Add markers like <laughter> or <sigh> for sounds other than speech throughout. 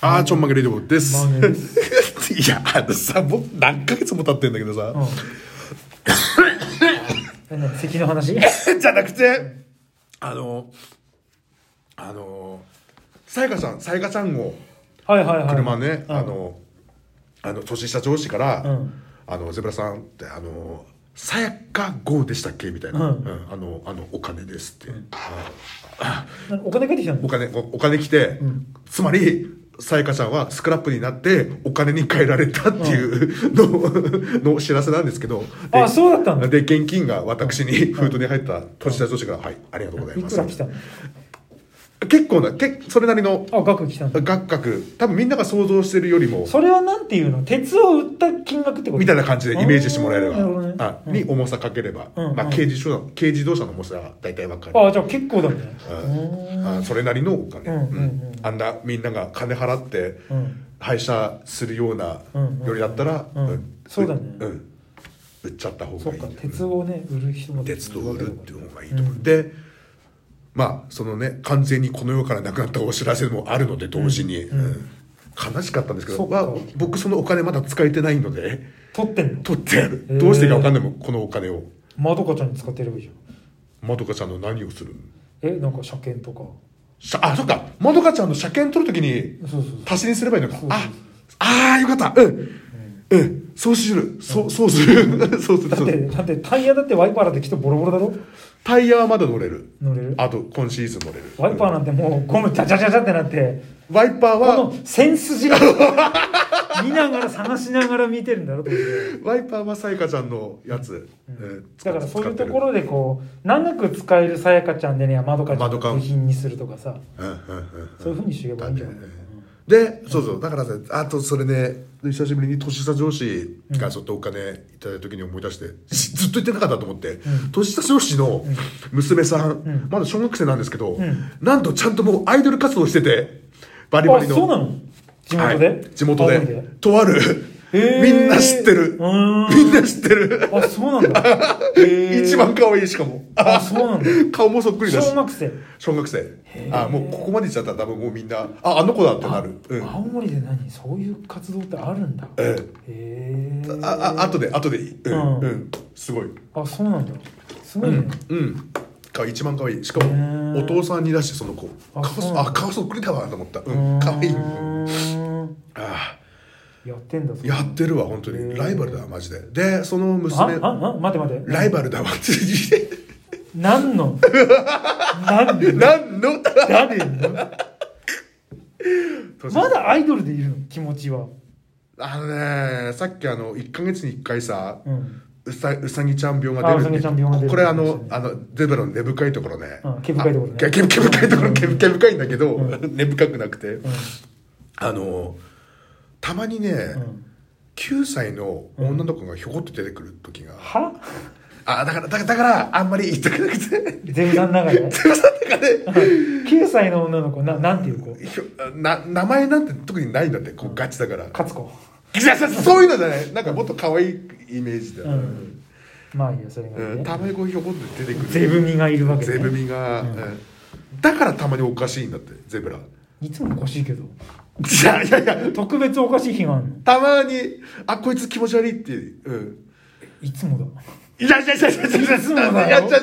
ああちょんまげレディオです、まあね <laughs> いやあのさもう何ヶ月も経ってんだけどさ、えね咳の <laughs> <laughs> 話じゃなくてあのあのさやかさんさやかさんをはいはいはい車ね、うんあのあの年下上司から、うんあのゼブラさんってあのさやか号でしたっけみたいな、うんうんあのあのお金ですって、なんかお金返ってきたのお金おお金来て、つまりさやかちゃんはスクラップになってお金に変えられたっていうの,、の <laughs> 知らせなんですけどであそうだったので現金が私に封筒に入った年下女子から「はいありがとうございいまくすら来たの」結構なけそれなりのあ額来たの額額多分みんなが想像してるよりもそれはなんていうの鉄を売った金額ってことみたいな感じでイメージしてもらえれば、あーなるほどねあに重さかければ、うんまあ、うん軽自動車軽自動車の重さは大体わかるあじゃあ結構だねあそれなりのお金、うんうんうんあんなみんなが金払ってうん廃車するようなうんうんよりだったら、うんそうだねうん売っちゃった方そがっいいか鉄をね売る人も鉄道を売るっていう方がいいと思う、でまあそのね完全にこの世からなくなったお知らせもあるので同時に、うん悲しかったんですけそど、っかまあ、僕そのお金まだ使えてないので取ってんの取ってあるどうしていいか分かんないもんこのお金をまどかちゃんに使ってればいいじゃんまどかちゃんの何をするのえなんか車検とかしゃあそっかまどかちゃんの車検取るときにそうそう足しにすればいいのかそうああーよかったうんうんそうするそうそうする <laughs> そうするだそうすってるだってタイヤだってワイパーだってきっとボロボロだろタイヤはまだ乗れる乗れるあと今シーズン乗れるワイパーなんてもうゴムジャジャジャジャってな <laughs> ってうんワイパーこはの線筋が見ながら探しながら見てるんだろと思ってワイパーはさやかちゃんのやつうんだからそういうとこ使っろでこう長く使えるさやかちゃんでねまどかちゃんまどのか部品にするとかさてるうんうんうんそういうふうにしていけばいいんじゃないでそうそうだからさあとそれね久しぶりに年下上司がちょっとお金いただいた時に思い出して、しずっと言ってなかったと思って、年下上司の娘さん、まだ小学生なんですけど、なんとちゃんともうアイドル活動しててバリバあリのそうなの地元はでい地元で青森でとある、へーみんな知ってるうーんみんな知ってるあそうなん <laughs> だへー一番可愛いしかも <laughs> あそうなんだ顔もそっくりだし小学生小学生あもうここまでいっちゃったら多分もうみんなああの子だってなるうん青森で何そういう活動ってあるんだえへええああ後で後でうん、ううんん、すごいあそうなんだすごいねうんか一番可愛いしかへもーお父さんに出してその子あ顔そうそなんあだ顔そっくりだわと思ったううん可愛いーんあやってんだあやってるわ本当へにーライバルだわマジででそのあ娘ああ待って待ってライバルだわって言って <laughs> 何の何 <laughs> の何の <laughs> 誰のまだアイドルでいるの気持ちはあのねさっきあの1か月に1回さ、うん、うさうさぎちゃん病が出るあうさぎちゃん病が出るこれあのあのゼブラの根深いところね、うん毛深いところねあ毛毛深いところ毛毛深いんだけど、根深くなくて、あのたまにね、ん9歳の女の子がひょこっと出てくる時が、はあだからだだからあんまり言いたくなくて <laughs> ゼブさんの中でゼブラさんなんかね9歳の女の子ななんていう子ひょな名前なんて特にないんだってこうガチだから、勝子いやそういうのじゃないなんかもっと可愛いイメージだ、うんまあいいよそれがいいうんねたまにこうひょこっと出てくるゼブミがいるわけゼねブミが、うんだからたまにおかしいんだってゼブラいつもおかしいけどいやいやいや特別おかしい日があるのたまにあこいつ気持ち悪いってうんいつもだいやいやいやいやいやいやいつもだよいやいやいやいやい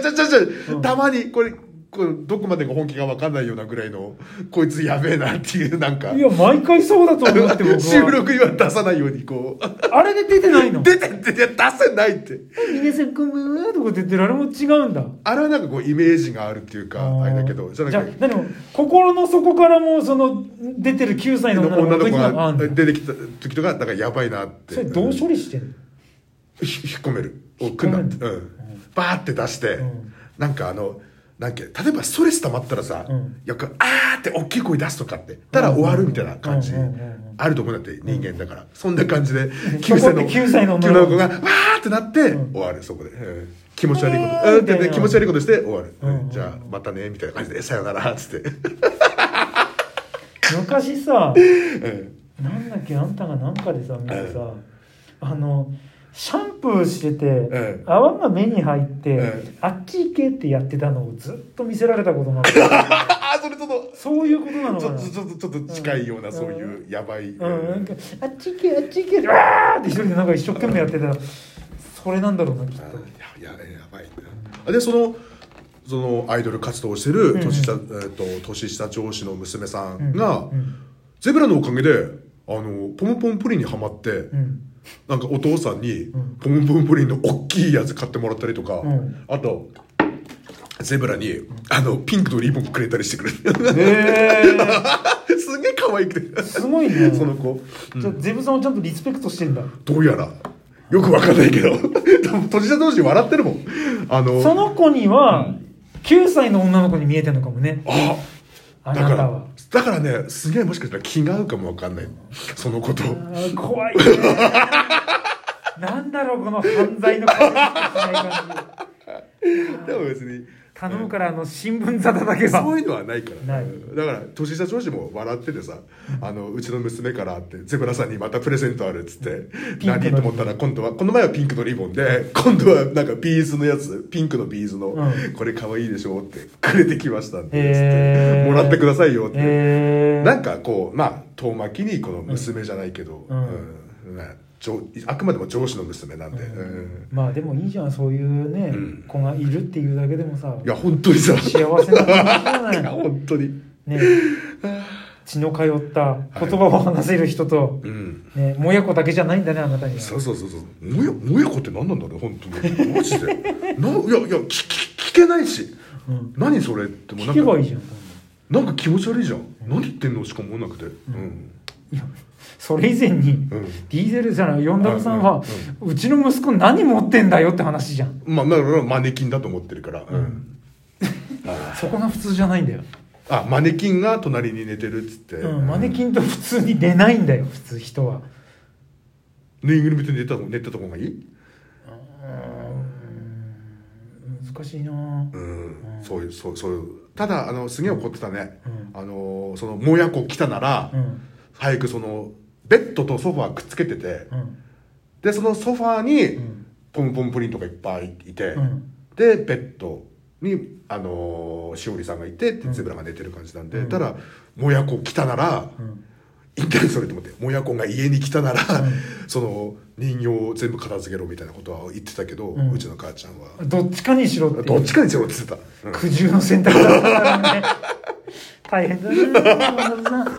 やたまにこれこれどこまでが本気が分かんないようなぐらいのこいつやべえなっていうなんかいや毎回そうだと思って僕収 <laughs> は録には出さないようにこうあれで出てないの出てって出せないって皆さんこんばんはとか出てるあれも違うんだあれはなんかこうイメージがあるっていうかあれだけどじじゃゃあなくてでも心の底からもうその出てる9歳の女女のの子子があがんだ出てきた時とかなんかやばいなってそれどう処理してんのひ引っ込めるを組んだって、うん、バーって出して、んなんかあのなんか例えばストレス溜まったらさ、んよく「あー」って大きい声出すとかってたら終わるみたいな感じうんうんうんうんあると思うんだって人間だから、そんな感じで9歳の女女のの子子が「わー」ってなって、終わるそこで、うん気持ち悪いこと、えーうんってみたいでな気持ち悪いことして終わる、うんうんうんじゃあまたねみたいな感じで「さよなら」っつって昔さ <laughs> うん <laughs> なんだっけあんたがなんかでさ見てさあのシャンプーしてて、ん泡が目に入って、うんあっち行けってやってたのをずっと見せられたことがあってああそそれとのそういうことなのちかょなっとちょっとちょっと近いような、うんそういうやばい、うん、なんうかんあっち行けあっち行けわーって一人でなんか一生懸命やってたらそれなんだろうなきっとあいやいややばいなあでそのそのアイドル活動をしてる年下,、えっと年下上司の娘さんが、うんゼブラのおかげであのポンポンプリンにはまって、うんなんかお父さんにんポンポンプリンの大きいやつ買ってもらったりとか、うんあとゼブラにあのピンクのリボンくれたりしてくれて <laughs> えー、すげえ可愛くてすごいね <laughs> その子じゃあゼブさんをちゃんとリスペクトしてんだどうやらよくわかんないけど <laughs> 閉じた同士笑ってるもんあのその子には9歳の女の子に見えてるのかもねああだかなたらはだからねすげえもしかしたら気が合うかもわかんないその <laughs> ことあー怖いねなんだろうこの犯罪の感じしない感じでも別に頼むからあの新聞沙汰だけそはういうのはないからないだから年下上司も笑っててさ「あのうちの娘から」って「ゼブラさんにまたプレゼントある」っつってピンクの何リとボン思ったら今度はこの前はピンクのリボンで今度はなんかビーズのやつピンクのビーズの、うんこれ可愛いでしょってくれてきましたんでつってへーもらってくださいよって、えー、なんかこうまあ遠巻きにこの娘じゃないけど、うんうんまあ上あくまでも上司の娘なんで、うんまあでもいいじゃんそういうね、うん子がいるっていうだけでもさいや本当にさ幸せな感じじゃいやない本当にね血の通った言葉を話せる人と、うんね、もやこだけじゃないんだねあなたにはそうそうそうそう。もや、もやこって何なんだろう、本当に。マジで。な、いや、いや、聞、聞、聞けないし。うん、何それってもうな聞けばいいんか、じゃんなんか気持ち悪いじゃん。何言ってんのしか思わなくて。うん。いやそれ以前に、うんディーゼルじゃないヨンダムさんは、ううちの息子何持ってんだよって話じゃんまあ、だから、マネキンだと思ってるから。うん。そこが普通じゃないんだよ、あ、マネキンが隣に寝てるっつって。うん、マネキンと普通に出ないんだよ普通人はぬいぐるみと寝た、寝たとこがいい。うん難しいなぁうん。そういう、そう、そういう。ただ、あの、すげえ怒ってたねうん。あの、その、もやこ来たならう。ん早く、その。ベッドとソファーくっつけてて。うんでそのソファーにうんポンポンプリンとかいっぱいいて、うんでベッドに、あのーしおりさんがいてでゼブラが寝てる感じなんで、うんただもやこ来たなら、うん一旦それと思ってもやこが家に来たなら、その人形を全部片付けろみたいなことは言ってたけど、ううんちの母ちゃんは、どっちかにしろっていうどっちかにしろって言ってた、うん <laughs> 苦渋の選択だったからね大変だね